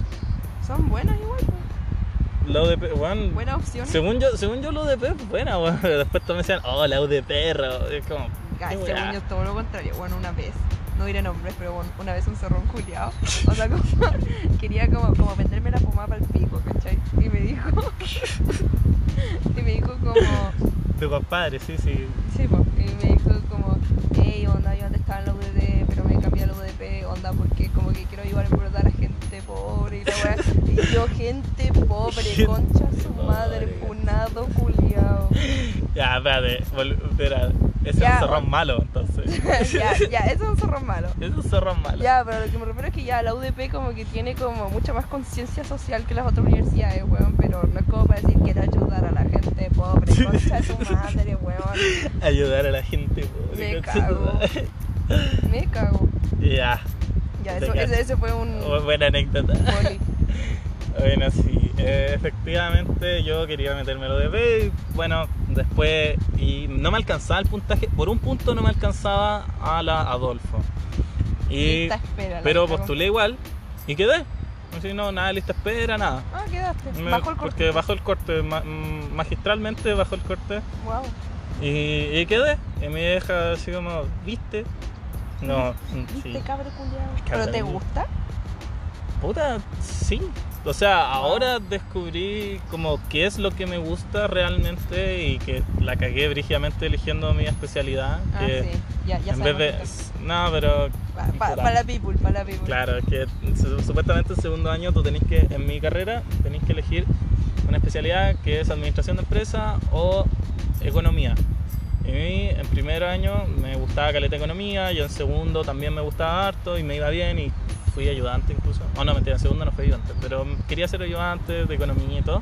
[SPEAKER 2] Son buenas igual, pues.
[SPEAKER 1] La UDP, weón,
[SPEAKER 2] buena opción.
[SPEAKER 1] Según yo, según yo la UDP es buena, weón. Después todos me decían, oh, la UDP, ro-". Es como,
[SPEAKER 2] Ay,
[SPEAKER 1] qué weá.
[SPEAKER 2] según yo todo lo contrario. Bueno, una vez, no diré nombres, pero bueno, una vez un cerrón culiao. O sea, como quería como, como venderme la pomada para el pico, ¿cachai? Y me dijo. y me dijo como.
[SPEAKER 1] Tu compadre, sí, sí.
[SPEAKER 2] Sí, po, y me dijo como, hey, onda, yo antes estaba en la UDP, pero me cambié a la UDP, onda, porque como que quiero ayudar en verdad a la gente pobre y la weá. Y yo, gente pobre,
[SPEAKER 1] Gente
[SPEAKER 2] concha su madre,
[SPEAKER 1] pobre.
[SPEAKER 2] punado, culiao.
[SPEAKER 1] Ya, espérate, vol- espera. Ese
[SPEAKER 2] Ya,
[SPEAKER 1] es un zorrón
[SPEAKER 2] bueno.
[SPEAKER 1] malo, entonces.
[SPEAKER 2] ya, ya, eso es un zorro malo.
[SPEAKER 1] Ese es un zorrón malo.
[SPEAKER 2] Ya, pero lo que me refiero es que ya la UDP como que tiene como mucha más conciencia social que las otras universidades, weón, pero no es como para decir quiero ayudar a la gente pobre, concha su madre, weón.
[SPEAKER 1] Ayudar a la gente, pobre,
[SPEAKER 2] Me
[SPEAKER 1] concha
[SPEAKER 2] cago.
[SPEAKER 1] de madre.
[SPEAKER 2] Me cago.
[SPEAKER 1] Ya,
[SPEAKER 2] Ya,
[SPEAKER 1] Te cacho.
[SPEAKER 2] eso,
[SPEAKER 1] Oh,
[SPEAKER 2] ese, ese fue un...
[SPEAKER 1] bu- buena anécdota.
[SPEAKER 2] boli.
[SPEAKER 1] Bueno, sí, eh, efectivamente yo quería meterme lo de B, bueno, después, y no me alcanzaba el puntaje, por un punto no me alcanzaba a la Adolfo. Y,
[SPEAKER 2] Lista espera, la
[SPEAKER 1] pero
[SPEAKER 2] cago.
[SPEAKER 1] postulé igual y quedé. Así no, nada, de lista espera, nada.
[SPEAKER 2] Ah, quedaste.
[SPEAKER 1] Me-
[SPEAKER 2] Bajo el
[SPEAKER 1] Porque
[SPEAKER 2] corte.
[SPEAKER 1] bajó el corte, ma- mm, magistralmente bajó el corte
[SPEAKER 2] Wow.
[SPEAKER 1] y, y quedé. Y mi vieja así como, ¿viste? No, mm, sí.
[SPEAKER 2] ¿Viste, cabro culiao?
[SPEAKER 1] Cabro.
[SPEAKER 2] ¿Pero te gusta?
[SPEAKER 1] Puta, sí. O sea, ahora descubrí como qué es lo que me gusta realmente y que la cagué brígidamente eligiendo mi especialidad.
[SPEAKER 2] Ah,
[SPEAKER 1] que
[SPEAKER 2] sí. Ya, ya
[SPEAKER 1] en vez de...
[SPEAKER 2] sabemos
[SPEAKER 1] No, pero
[SPEAKER 2] que- Pa- pa- Para la people, para la people.
[SPEAKER 1] claro, es que su- supuestamente el segundo año tú tenés que, en mi carrera, tenés que elegir una especialidad que es administración de empresa o economía. Y a mí en primer año me gustaba caleta economía y en segundo también me gustaba harto y me iba bien y fui ayudante incluso. Oh, no, mentira, en segundo no fui ayudante, pero quería ser ayudante de economía y todo.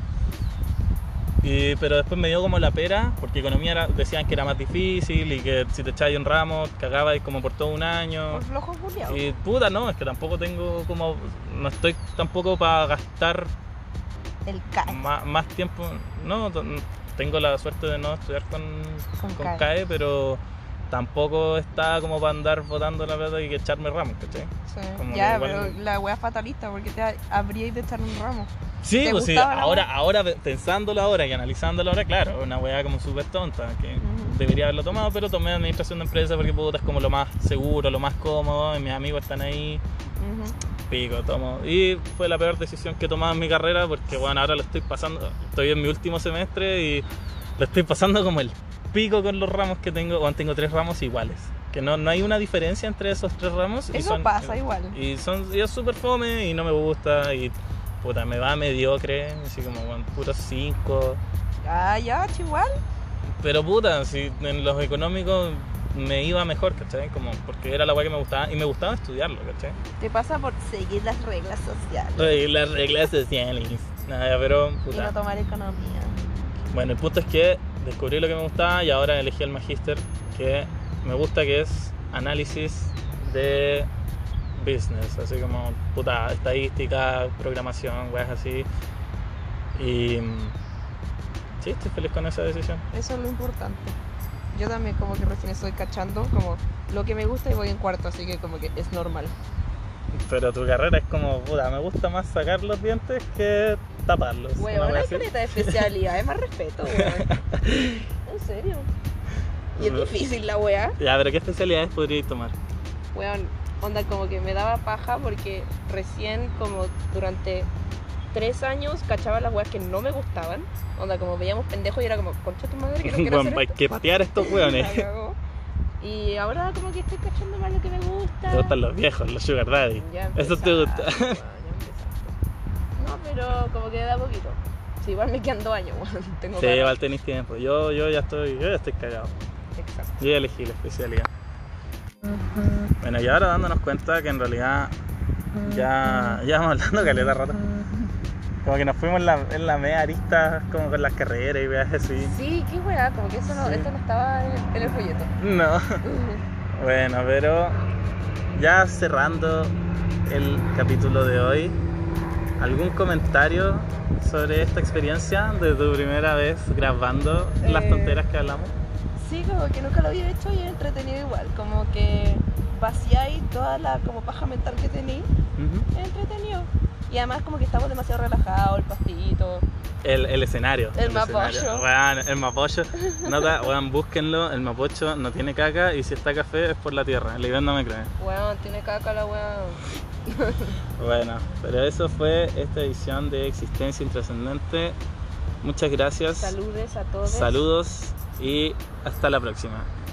[SPEAKER 1] Y- pero después me dio como la pera, porque economía era- decían que era más difícil y que si te echabas un ramo cagabas como por todo un año.
[SPEAKER 2] Por flojo culiao.
[SPEAKER 1] Y Eh, puta, no, es que tampoco tengo como. No estoy tampoco para gastar
[SPEAKER 2] El cae.
[SPEAKER 1] ma- más tiempo. No, t- tengo la suerte de no estudiar con,
[SPEAKER 2] Con
[SPEAKER 1] con
[SPEAKER 2] CAE.
[SPEAKER 1] CAE, pero tampoco está como para andar botando la plata y que echarme ramos, ¿cachai?
[SPEAKER 2] Sí.
[SPEAKER 1] como que
[SPEAKER 2] Ya,
[SPEAKER 1] igual-
[SPEAKER 2] pero la wea es fatalista porque te habríais de echar un ramo.
[SPEAKER 1] Sí,
[SPEAKER 2] ¿Te
[SPEAKER 1] pues sí,
[SPEAKER 2] gustaba la
[SPEAKER 1] ahora, ahora pensándolo ahora y analizándolo ahora, claro, una weá como súper tonta, que
[SPEAKER 2] Ujú.
[SPEAKER 1] debería haberlo tomado, pero tomé administración de empresa porque puta es como lo más seguro, lo más cómodo, y mis amigos están ahí.
[SPEAKER 2] Ujú.
[SPEAKER 1] Pico, tomo. Y fue la peor decisión que he tomado en mi carrera porque, bueno, ahora lo estoy pasando, estoy en mi último semestre y lo estoy pasando como el pico con los ramos que tengo. Bueno, tengo tres ramos iguales. Que no, no hay una diferencia entre esos tres ramos.
[SPEAKER 2] Eso pasa igual.
[SPEAKER 1] Y, son, y es súper fome y no me gusta y, puta, me va mediocre. Así como, bueno, puros cinco.
[SPEAKER 2] Ah, ya, chihuahua.
[SPEAKER 1] Pero, puta, si en los económicos me iba mejor, ¿cachai? Como, porque era la weá que me gustaba y me gustaba estudiarlo, ¿cachai?
[SPEAKER 2] Te pasa por seguir las reglas sociales.
[SPEAKER 1] Las reglas sociales. Nada, pero
[SPEAKER 2] Y no
[SPEAKER 1] puta.
[SPEAKER 2] tomar economía.
[SPEAKER 1] Bueno, el punto es que descubrí lo que me gustaba y ahora elegí el magíster que me gusta, que es análisis de business, así como puta estadística, programación, weas así. Y mm, sí, estoy feliz con esa decisión.
[SPEAKER 2] Eso es lo importante. Yo también como que recién estoy cachando como lo que me gusta y voy en cuarto, así que como que es normal.
[SPEAKER 1] Pero tu carrera es como, puta, me gusta más sacar los dientes que taparlos. una
[SPEAKER 2] Weón,
[SPEAKER 1] wea
[SPEAKER 2] hay
[SPEAKER 1] así.
[SPEAKER 2] caleta de especialidad, es más respeto, weón. En serio. Y es difícil la weá.
[SPEAKER 1] Ya, pero ¿qué especialidades podríais tomar?
[SPEAKER 2] Weón, onda como que me daba paja porque recién como durante tres años cachaba las weas que no me gustaban. Onda como veíamos pendejos y era como, concha tu madre que no quiero
[SPEAKER 1] Bueno,
[SPEAKER 2] hacer
[SPEAKER 1] hay que patear estos weones.
[SPEAKER 2] esto". La cagó. Y ahora como que estoy cachando más lo que me gusta.
[SPEAKER 1] Te gustan los viejos, los sugar daddy.
[SPEAKER 2] Ya
[SPEAKER 1] Eso te gusta.
[SPEAKER 2] empezaste, weón, ya empezaste. No, pero como que de a poquito. Sí, igual me quedan dos años, weón. Tengo
[SPEAKER 1] Sí,
[SPEAKER 2] para-
[SPEAKER 1] igual tenéis tiempo. Yo, yo ya estoy, yo ya estoy cagado.
[SPEAKER 2] Exacto.
[SPEAKER 1] Yo ya elegí la especialidad. Bueno, y ahora dándonos cuenta que en realidad ya, ya vamos hablando caleta rato. Como que nos fuimos en la, en la media arista, como con las carreras y veas así.
[SPEAKER 2] Sí, qué weá, como que eso no,
[SPEAKER 1] Sí.
[SPEAKER 2] esto no estaba en, en el folleto.
[SPEAKER 1] No. Bueno, pero ya cerrando el capítulo de hoy, ¿algún comentario sobre esta experiencia de tu primera vez grabando las
[SPEAKER 2] Eh,
[SPEAKER 1] tonteras que hablamos?
[SPEAKER 2] Sí, como que nunca lo había hecho y es entretenido igual. Como que vaciáis toda la como paja mental que tenéis.
[SPEAKER 1] Ujú.
[SPEAKER 2] Es entretenido. Y además como que estamos demasiado relajados, el pastillito.
[SPEAKER 1] El, el escenario.
[SPEAKER 2] El mapocho.
[SPEAKER 1] escenario. Weón, el mapocho. Nota, weón, búsquenlo. El mapocho no tiene caca y si está café es por la tierra. La idea no me creen.
[SPEAKER 2] Weón, tiene caca la weón.
[SPEAKER 1] Bueno, pero eso fue esta edición de Existencia Intrascendente. Muchas gracias.
[SPEAKER 2] Saludes a todos.
[SPEAKER 1] Saludos y hasta la próxima.